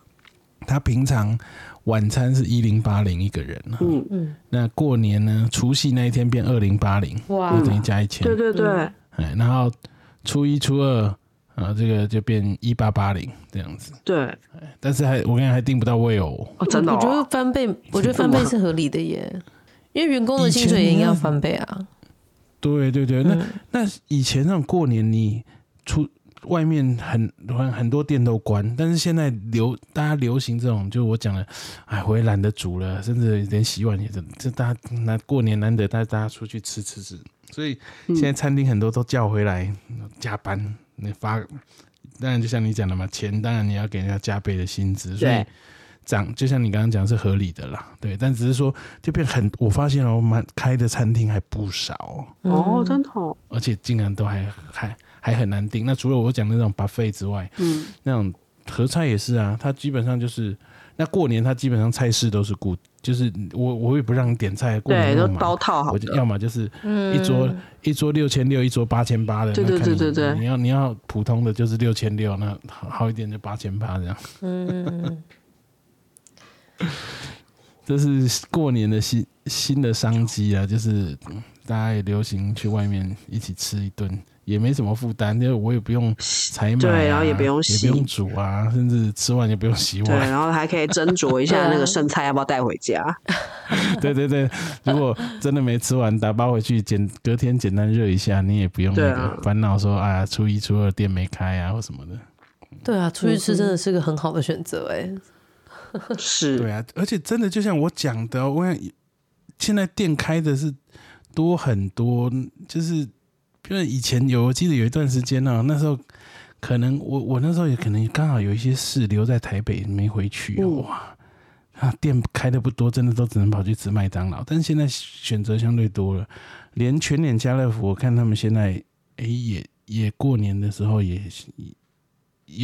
Speaker 3: 他平常晚餐是一零八零一个人啊，
Speaker 2: 嗯，
Speaker 1: 嗯，
Speaker 3: 那过年呢，除夕那一天变二零八零，
Speaker 1: 哇
Speaker 3: 就，等于加一千
Speaker 2: 对，对对
Speaker 1: 嗯，
Speaker 3: 哎，然后初一初二。啊，这个就变一八八零这样子，
Speaker 2: 对，
Speaker 3: 但是还我跟你讲还订不到位哦，
Speaker 2: 哦，真的
Speaker 1: 我觉得
Speaker 2: 哦，
Speaker 1: 翻倍，我觉得翻倍是合理的耶，因为员工的薪水也应该要翻倍 啊，
Speaker 3: 对对对，那、
Speaker 1: 嗯
Speaker 3: 那以前那种过年你出外面很很很多店都关，但是现在流大家流行这种，就我讲的，哎，我也懒得煮了，甚至连洗碗也真，这大家那过年难得，大家大家出去吃吃吃，所以现在餐厅很多都叫回来加班，你发，当然就像你讲的嘛，钱当然你要给人家加倍的薪资，所以
Speaker 2: 对。
Speaker 3: 涨就像你刚刚讲是合理的啦，对，但只是说就变很，我发现哦，蛮开的餐厅还不少哦、
Speaker 1: 嗯
Speaker 2: 哦，真的哦，
Speaker 3: 而且竟然都还还还很难订。那除了我讲的那种 buffet 之外，
Speaker 2: 嗯，
Speaker 3: 那种合菜也是啊，它基本上就是那过年它基本上菜式都是固，就是我我也不让你点菜，过
Speaker 2: 对，
Speaker 3: 年
Speaker 2: 都
Speaker 3: 那么忙
Speaker 2: 包套好
Speaker 3: 我就
Speaker 2: 的，
Speaker 3: 要么就是
Speaker 1: 嗯，
Speaker 3: 一桌、一桌六千六，一桌八千八的，
Speaker 2: 对对
Speaker 3: 那看你
Speaker 2: 对对对
Speaker 3: 你要你要普通的就是六千六，那好好一点就八千八这样。
Speaker 1: 嗯，
Speaker 3: 这是过年的新新的商机啊，就是嗯大家也流行去外面一起吃一顿，也没什么负担，因为我也不用采买、啊，
Speaker 2: 对然后也不用洗
Speaker 3: 也不用煮啊，甚至吃完也不用洗
Speaker 2: 对，
Speaker 3: 碗。
Speaker 2: 然后还可以斟酌 一
Speaker 1: 对
Speaker 2: 下
Speaker 1: 啊
Speaker 2: 那个剩菜要不要带回 家，
Speaker 3: 对对对，如果真的没吃完，打包回去简隔天简单热一下，你也不用那
Speaker 2: 对啊
Speaker 3: 个烦恼说啊，初一初二店没开啊或什么的。
Speaker 1: 对啊，出去吃真的是个很好的选择哎，
Speaker 2: 是，
Speaker 3: 对啊，而且真的就像我讲的哦，我想现在店开的是多很多，就是因为以前有，我记得有一段时间啊，那时候可能我我那时候也可能刚好有一些事留在台北没回去，
Speaker 2: 嗯
Speaker 3: 哇，啊店开的不多，真的都只能跑去吃麦当劳。但是现在选择相对多了，连全脸家乐福，我看他们现在哎也也过年的时候也也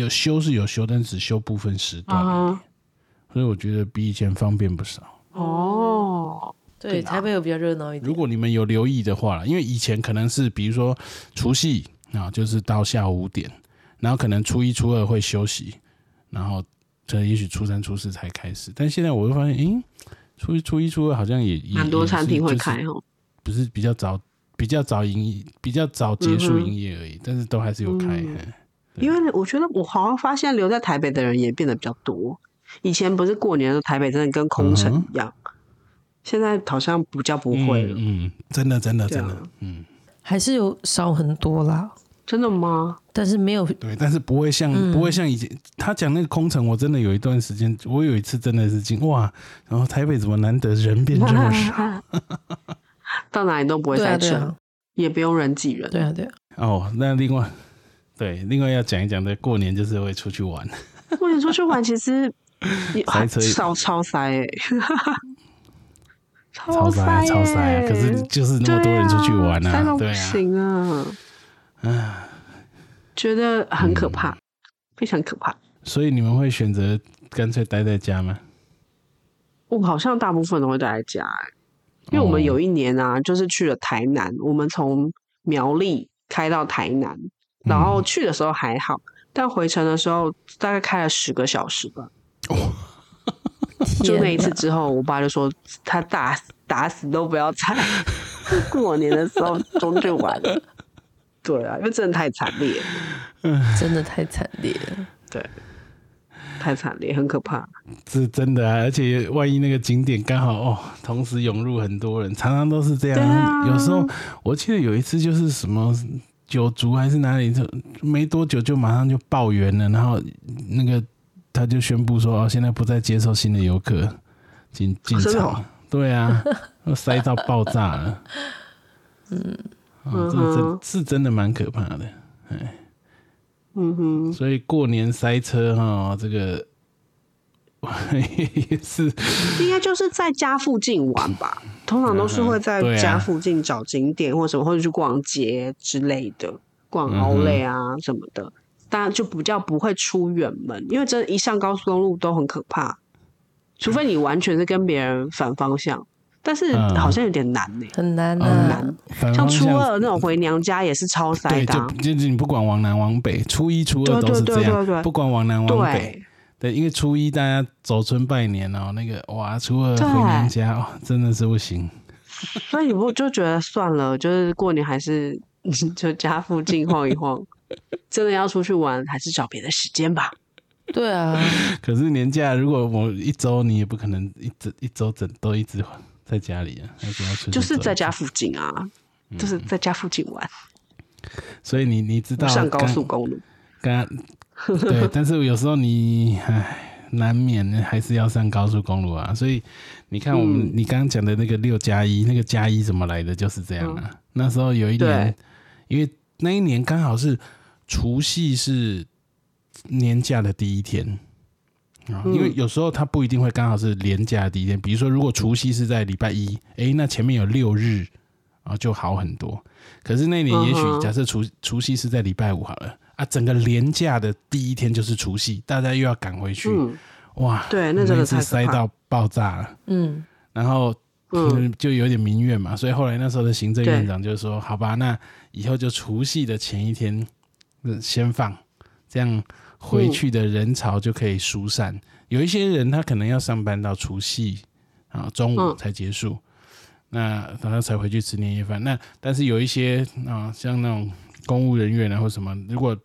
Speaker 3: 有休是有休，但只休部分时段而已。
Speaker 2: 啊，
Speaker 3: 所以我觉得比以前方便不少。
Speaker 2: 哦，
Speaker 1: 对，台北有比较热闹一点
Speaker 3: 如，果你们有留意的话啦，因为以前可能是比如说除夕啊，就是到下午五点，然后可能初一、初二会休息，然后可能也许初三、初四才开始。但现在我会发现，诶、初一、初一、初二好像也也
Speaker 2: 蛮多
Speaker 3: 也是
Speaker 2: 餐厅会
Speaker 3: 就是
Speaker 2: 开哦，
Speaker 3: 不是比较早，比较早营业，比较早结束营业而已，但是都还是有开。
Speaker 2: 嗯
Speaker 3: 嘿
Speaker 2: 因为我觉得我好像发现留在台北的人也变得比较多，以前不是过年的时候台北真的跟空
Speaker 3: 嗯
Speaker 2: 城
Speaker 3: 哼
Speaker 2: 一样，现在好像比较不会了，
Speaker 3: 嗯，嗯真的，真的，
Speaker 2: 对
Speaker 3: 真
Speaker 2: 啊
Speaker 3: 的，嗯，
Speaker 1: 还是有少很多啦，
Speaker 2: 真的吗？
Speaker 1: 但是没有
Speaker 3: 对，但是不会像、
Speaker 2: 嗯
Speaker 3: 不会像以前他讲那个空城，我真的有一段时间，我有一次真的是惊哇，然后台北怎么难得人变这 么少
Speaker 2: 到哪里都不会
Speaker 1: 对啊
Speaker 2: 塞
Speaker 1: 对
Speaker 2: 车，
Speaker 1: 啊
Speaker 2: 也不用人挤人。
Speaker 1: 对啊对啊，
Speaker 3: 哦？那另外对，另外要讲一讲的过年就是会出去玩，
Speaker 2: 或者出去玩其实也
Speaker 3: 塞
Speaker 2: 还
Speaker 3: 车
Speaker 2: 超超塞哎、欸，
Speaker 3: 超塞啊
Speaker 2: 欸
Speaker 3: 超塞啊！可是就是那么多人出去玩
Speaker 2: 对塞到
Speaker 3: 啊，
Speaker 2: 不
Speaker 3: 对啊，
Speaker 2: 行啊，觉得很可
Speaker 3: 嗯
Speaker 2: 怕，非常可怕。
Speaker 3: 所以你们会选择干脆待在家吗？
Speaker 2: 我好像大部分都会待在家、欸，因为我们有一年
Speaker 3: 哦
Speaker 2: 啊，就是去了台南，我们从苗栗开到台南，然
Speaker 3: 嗯
Speaker 2: 后去的时候还好，但回程的时候大概开了十个小时吧。就那一次
Speaker 1: 天哪
Speaker 2: 之后，我爸就说他打死打死都不要踩，过年的时候中去玩。对啊，因为真的太惨烈了，
Speaker 1: 真的太惨烈了。
Speaker 2: 对，太惨烈，很可怕。
Speaker 3: 是真的啊！而且万一那个景点刚好哦，同时涌入很多人，常常都是这样。
Speaker 2: 对啊
Speaker 3: 有时候我记得有一次就是什么九族还是哪里，就没多久就马上就爆员了，然后那个他就宣布说哦，现在不再接受新的游客进进
Speaker 2: 真的
Speaker 3: 场。
Speaker 2: 哦
Speaker 3: 对啊，都塞到爆 炸了。嗯，哦、这
Speaker 2: 嗯哼
Speaker 3: 真是真的蛮可怕的。
Speaker 2: 嗯哼，
Speaker 3: 所以过年塞车哈，这个 也是
Speaker 2: 应该就是在家附近玩吧，通常都是会在
Speaker 3: 嗯对啊
Speaker 2: 家附近找景点或什么，或者去逛街之类的，逛
Speaker 3: 嗯哼
Speaker 2: o l 啊什么的。当然就比较不会出远门，因为真的，一上高速公路都很可怕，除非你完全是跟别人反方向，但是
Speaker 3: 嗯
Speaker 2: 好像有点难呢、
Speaker 1: 很难
Speaker 3: 很
Speaker 1: 啊
Speaker 2: 难，
Speaker 3: 反
Speaker 2: 像
Speaker 3: 方
Speaker 2: 初
Speaker 3: 向
Speaker 2: 二那种回娘家也是超塞
Speaker 3: 对，
Speaker 2: 的啊、
Speaker 3: 就就是你不管往南往北，初一初二
Speaker 2: 对
Speaker 3: 都是
Speaker 2: 对
Speaker 3: 这
Speaker 2: 对对
Speaker 3: 样，
Speaker 2: 对
Speaker 3: 不管往南往北。
Speaker 2: 对，
Speaker 3: 对，因为初一大家走村拜年哦，那个哇，初二
Speaker 2: 对
Speaker 3: 回娘家哦，真的是不行。
Speaker 2: 所以你不就觉得算了，就是过年还是 就家附近晃一晃，真的要出去玩，还是找别的时间吧。
Speaker 1: 对啊，
Speaker 3: 可是年假如果我一周，你也不可能一直一周整都一直在家里啊，还是要出去
Speaker 2: 就是
Speaker 3: 走
Speaker 2: 在家附近啊，就是
Speaker 3: 嗯
Speaker 2: 在家附近玩，
Speaker 3: 所以你你知
Speaker 2: 不
Speaker 3: 道
Speaker 2: 上高
Speaker 3: 刚
Speaker 2: 速公路。
Speaker 3: 刚 对，但是有时候你唉，难免还是要上高速公路啊。所以你看，我
Speaker 2: 嗯
Speaker 3: 们、你刚刚讲的那个六加一，那个加一怎么来的，就是这样啊。那时候有一年
Speaker 2: 嗯对，
Speaker 3: 因为那一年刚好是除夕是年假的第一天啊，
Speaker 2: 嗯
Speaker 3: 因为有时候它不一定会刚好是连假的第一天。比如说，如果除夕是在礼拜一，诶，那前面有六日啊，就好很多。可是那年也
Speaker 2: 嗯
Speaker 3: 许
Speaker 2: 哼
Speaker 3: 假设除除夕是在礼拜五好了啊，整个连假的第一天就是除夕，大家又要赶回去，
Speaker 2: 嗯，
Speaker 3: 哇，
Speaker 2: 对那真的
Speaker 3: 一次
Speaker 2: 太可
Speaker 3: 塞
Speaker 2: 怕
Speaker 3: 到爆炸了，
Speaker 1: 嗯，
Speaker 3: 然后。
Speaker 2: 嗯
Speaker 3: 就有点民怨嘛，所以后来那时候的行政
Speaker 2: 对
Speaker 3: 院长就说：“好吧，那以后就除夕的前一天呃先放，这样回去的人潮就可以疏散。有一些人他可能要上班到除夕啊中午
Speaker 2: 嗯
Speaker 3: 才结束，那然后才回去吃年夜饭。那但是有一些啊，像那种公务人员啊或什么，如果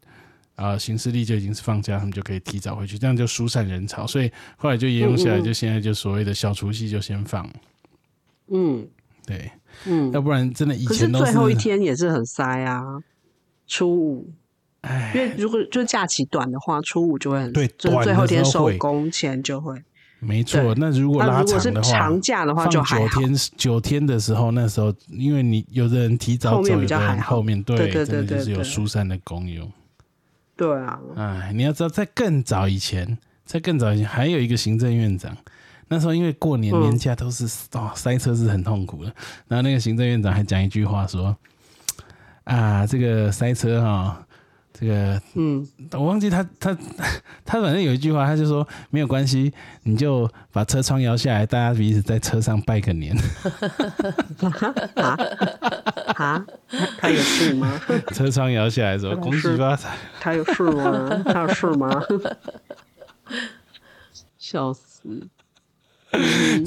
Speaker 3: 啊、行事历就已经是放假，他们就可以提早回去，这样就疏散人潮。所以后来就沿用下来，
Speaker 2: 嗯嗯嗯
Speaker 3: 就现在就所谓的小除夕就先放，
Speaker 2: 嗯
Speaker 3: 对，要
Speaker 2: 嗯，
Speaker 3: 不然真的以
Speaker 2: 可是
Speaker 3: 前都
Speaker 2: 最后一天也是很塞啊，初五。因为如果就假期短的话，初五就会很
Speaker 3: 对
Speaker 2: 就是最
Speaker 3: 短
Speaker 2: 后
Speaker 3: 的
Speaker 2: 一天
Speaker 3: 时候
Speaker 2: 收
Speaker 3: 会
Speaker 2: 工前就会。
Speaker 3: 没
Speaker 2: 对。
Speaker 3: 错那如果
Speaker 2: 那
Speaker 3: 拉
Speaker 2: 如果是
Speaker 3: 长的话，
Speaker 2: 长假的话
Speaker 3: 放
Speaker 2: 就还
Speaker 3: 九
Speaker 2: 好
Speaker 3: 天九天的时候，那时候因为你有的人提早
Speaker 2: 后
Speaker 3: 走，
Speaker 2: 面
Speaker 3: 有
Speaker 2: 比较
Speaker 3: 的人
Speaker 2: 还好
Speaker 3: 后面
Speaker 2: 对对
Speaker 3: 真的
Speaker 2: 对
Speaker 3: 就是
Speaker 2: 对
Speaker 3: 有
Speaker 2: 对
Speaker 3: 疏散的功用。
Speaker 2: 对啊，
Speaker 3: 哎，你要知道，在更早以前，在更早以前还有一个行政院长，那时候因为过年
Speaker 2: 嗯
Speaker 3: 年假都是、哦塞车是很痛苦的，然后那个行政院长还讲一句话说：“啊，这个塞车哈、这个
Speaker 2: 嗯，
Speaker 3: 我忘记他他他反正有一句话，他就说没有关系，你就把车窗摇下来，大家彼此在车上拜个年，
Speaker 2: 啊啊，他有事吗？
Speaker 3: 车窗摇下来说
Speaker 2: 嗯
Speaker 3: 恭喜发财。”
Speaker 2: 他有事 吗？他有事吗？笑死！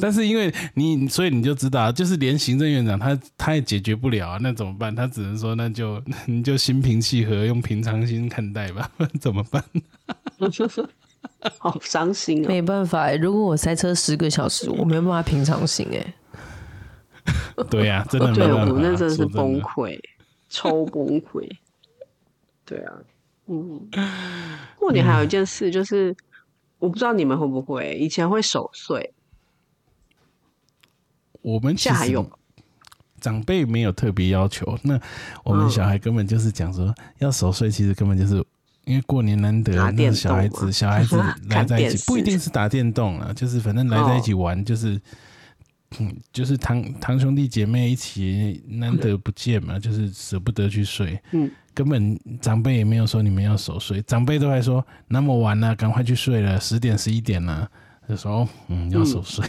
Speaker 3: 但是因为你，所以你就知道，就是连行政院长他他也解决不了啊，那怎么办？他只能说那就 你就心平气和，用平常心看待吧， 不然怎么办？
Speaker 2: 好伤心哦。
Speaker 1: 没办法、欸，如果我塞车十个小时，我没有办法平常心哎、
Speaker 3: 对呀、真的没
Speaker 2: 哦对
Speaker 3: 办法啊、
Speaker 2: 我那真的
Speaker 3: 说
Speaker 2: 是
Speaker 3: 的
Speaker 2: 崩溃，超崩溃。对啊，嗯，过年还有一件事就是，我不知道你们会不会，以前会守岁，
Speaker 3: 我们其
Speaker 2: 现在还
Speaker 3: 实
Speaker 2: 有吗
Speaker 3: 长辈没有特别要求，那我
Speaker 2: 嗯
Speaker 3: 们小孩根本就是讲说要守岁，其实根本就是。因为过年难得，
Speaker 2: 打
Speaker 3: 那
Speaker 2: 电动
Speaker 3: 小孩
Speaker 2: 嘛
Speaker 3: 子小孩子来
Speaker 2: 看
Speaker 3: 在一
Speaker 2: 电
Speaker 3: 起
Speaker 2: 视，哦
Speaker 3: 不一定是打电动了，就是反正来在一起玩，就是、嗯，就是堂堂兄弟姐妹一起难得不见嘛，就是舍不得去睡，
Speaker 2: 嗯，
Speaker 3: 根本长辈也没有说你们要守岁，长辈都还说那么晚了、赶快去睡了，十点十一点了、就说哦嗯要守岁，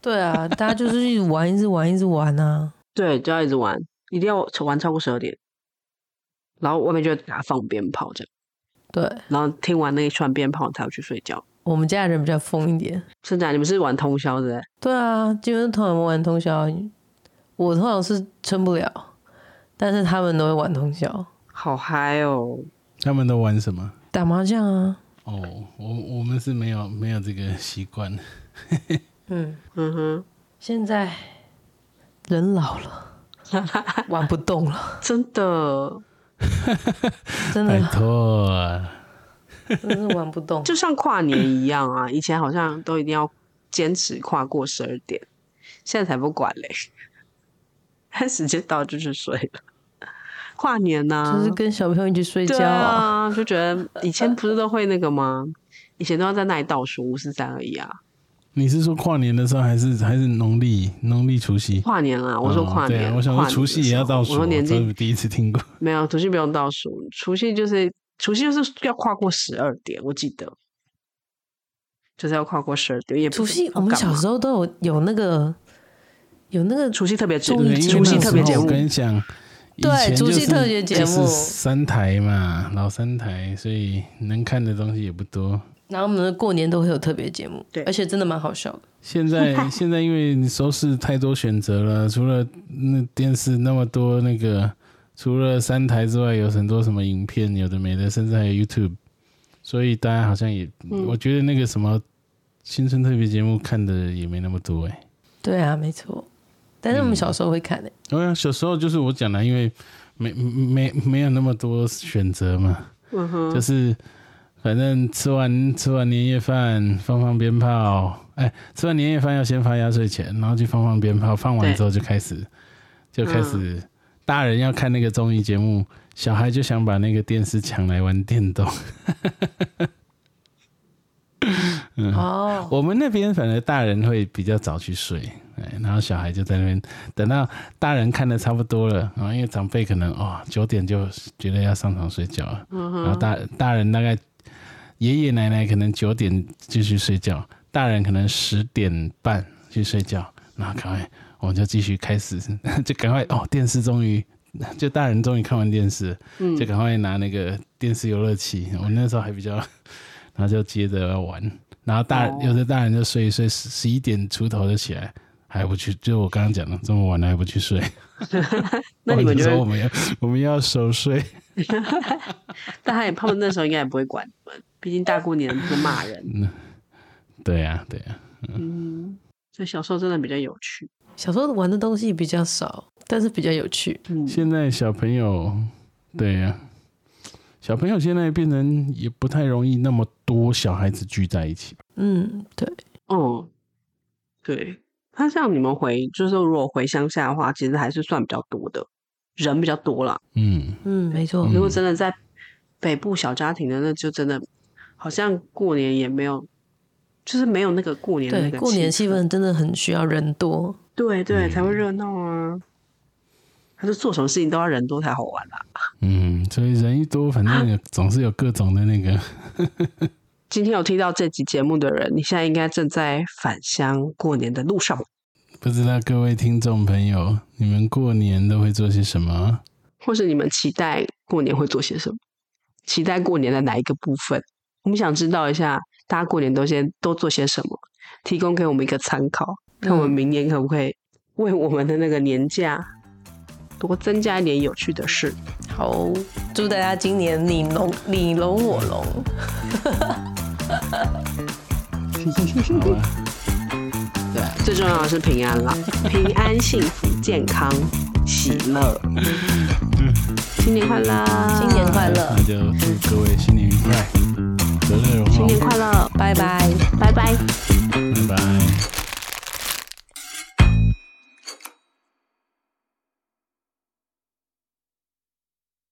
Speaker 1: 对啊，大家就是一直玩，一直玩，一直玩啊。
Speaker 2: 对，就要一直玩，一定要玩超过十二点，然后外面就给他放鞭炮这样，
Speaker 1: 对
Speaker 2: 然后听完那一串鞭炮才会去睡觉。在
Speaker 1: 我们家人比较疯一点，
Speaker 2: 真的啊，你们是玩通宵的欸？
Speaker 1: 对啊，基本上通常玩通宵，我通常是撑不了，但是他们都会玩通宵，
Speaker 2: 好嗨哦！
Speaker 3: 他们都玩什么？
Speaker 1: 打麻将啊，
Speaker 3: 哦，我我们是没有没有这个习 惯。
Speaker 1: 嗯，
Speaker 2: 嗯哼，
Speaker 1: 现在人老 了，玩不动了，
Speaker 2: 真的，
Speaker 1: 真
Speaker 3: 拜
Speaker 1: 的
Speaker 3: 托，
Speaker 1: 真是玩不动。
Speaker 2: 就像跨年一样啊，以前好像都一定要坚持跨过十二点，现在才不管嘞， 但时间到就是睡了。跨年呢、
Speaker 1: 就是跟小朋友一起睡觉
Speaker 2: 对
Speaker 1: 啊，
Speaker 2: 啊，就觉得以前不是都会那个吗？以前都要在那里倒数五四三而已啊。
Speaker 3: 你是说跨年的时候还是还是农历农历除夕？
Speaker 2: 跨年啊，我说跨
Speaker 3: 哦对
Speaker 2: 年，
Speaker 3: 啊，我想
Speaker 2: 跨
Speaker 3: 说
Speaker 2: 年
Speaker 3: 除夕也要倒
Speaker 2: 的时
Speaker 3: 数，啊
Speaker 2: 候我说年
Speaker 3: 这
Speaker 2: 纪
Speaker 3: 是第一次听 过。
Speaker 2: 没有，除夕不用倒数，除夕就是除夕就是要跨过十二点，我记得就是要跨过十二点。也不
Speaker 1: 除
Speaker 2: 知
Speaker 1: 夕
Speaker 2: 道
Speaker 1: 我们
Speaker 2: 干
Speaker 1: 小
Speaker 2: 嘛
Speaker 1: 时候都有有那个有那个
Speaker 2: 除夕特别节
Speaker 1: 中
Speaker 2: 目，
Speaker 1: 对
Speaker 3: 因
Speaker 1: 因
Speaker 2: 除
Speaker 3: 为
Speaker 1: 为
Speaker 2: 夕
Speaker 1: 那
Speaker 2: 特
Speaker 1: 时
Speaker 2: 别
Speaker 1: 候
Speaker 2: 节
Speaker 3: 我
Speaker 2: 目，
Speaker 3: 跟你讲，以
Speaker 1: 对
Speaker 3: 前
Speaker 1: 除
Speaker 3: 就是
Speaker 1: 夕特别节
Speaker 3: 就是
Speaker 1: 目
Speaker 3: 三台嘛，老三台，所以能看的东西也不多。
Speaker 1: 然后我们的过年都会有特别节目，
Speaker 2: 对
Speaker 1: 而且真的蛮好笑的。
Speaker 3: 现在现在因为你收视太多选择了，除了那电视那么多那个，除了三台之外，有很多什么影片，有的没的，甚至还有 YouTube，所以大家好像也，我觉得那个什么新春特别节目看的也没那么多哎、
Speaker 1: 对啊，没错。但
Speaker 2: 嗯
Speaker 1: 是我们小时候会看诶、
Speaker 3: 对啊，小时候就是我讲的，因为没没没有那么多选择嘛，
Speaker 2: 嗯哼，
Speaker 3: 就是反正吃完吃完年夜饭，放放鞭炮，哎，吃完年夜饭要先发压岁钱，然后去放放鞭炮，放完之后就开始就开始、
Speaker 2: 嗯
Speaker 3: 大人要看那个综艺节目，小孩就想把那个电视抢来玩电动。
Speaker 2: 嗯
Speaker 1: 哦，
Speaker 3: 我们那边反而大人会比较早去睡，哎，然后小孩就在那边等到大人看的差不多了，然后因为长辈可能哦九点就觉得要上床睡觉了，然后大大人大概爷爷奶奶可能九点就去睡觉，大人可能十点半去睡觉，然后赶快我们就继续开始， 就赶快哦电视终于。就大人终于看完电视，
Speaker 2: 嗯
Speaker 3: 就赶快拿那个电视游乐器。我那时候还比较，然 后就接着要玩。然后大、
Speaker 2: 哦
Speaker 3: 有的大人就睡一睡，十十一点出头就起来，还不去，就我刚刚讲的，这么晚了还不去睡。
Speaker 2: 那你们
Speaker 3: 就
Speaker 2: 觉
Speaker 3: 说 我
Speaker 2: 得，
Speaker 3: 们要我们要守岁，
Speaker 2: 但他也他们那时候应该也不会管你们，毕竟大过年不骂人。
Speaker 3: 对呀、啊、对呀、
Speaker 2: 嗯，所以小时候真的比较有趣。
Speaker 1: 小时候玩的东西比较少，但是比较有趣。
Speaker 2: 嗯
Speaker 3: 啊，，现在小朋友，对呀、小朋友现在变成也不太容易那么多小孩子聚在一起吧。
Speaker 1: 嗯，对，
Speaker 2: 哦，对，他像你们回，就是如果回乡下的话，其实还是算比较多的，人比较多啦。
Speaker 3: 嗯，
Speaker 1: 嗯，没错。
Speaker 3: 嗯
Speaker 2: 如果真的在北部小家庭的，那就真的好像过年也没有，就是没有那个过年的那
Speaker 1: 对，
Speaker 2: 个
Speaker 1: 过年气
Speaker 2: 氛，
Speaker 1: 氛真的很需要人多。
Speaker 2: 对对，才会
Speaker 3: 嗯
Speaker 2: 热闹啊。他就做什么事情都要人多才好玩啦、
Speaker 3: 嗯，所以人一多，反正有总是有各种的那个，
Speaker 2: 今天有听到这集节目的人，你现在应该正在返乡过年的路上。
Speaker 3: 不知道各位听众朋友，你们过年都会做些什 么啊？
Speaker 2: 或是你们期待过年会做些什么？期待过年的哪一个部分？我们想知道一下，大家过年都先都做些什么，提供给我们一个参考，嗯
Speaker 1: 嗯
Speaker 2: 看我们明年可不可以为我们的那个年假多增加一点有趣的事。
Speaker 1: 嗯好，祝大家今年你龙你龙我龙。
Speaker 3: 好啊吧。
Speaker 2: 对，最重要的是平安啦，
Speaker 1: 嗯
Speaker 2: 平安、幸福、健康、喜乐，新年快乐！
Speaker 1: 嗯新年快乐
Speaker 3: 那就祝各位新年愉快，德乐融
Speaker 2: 新
Speaker 3: 融
Speaker 2: 年。快乐！
Speaker 1: 拜拜。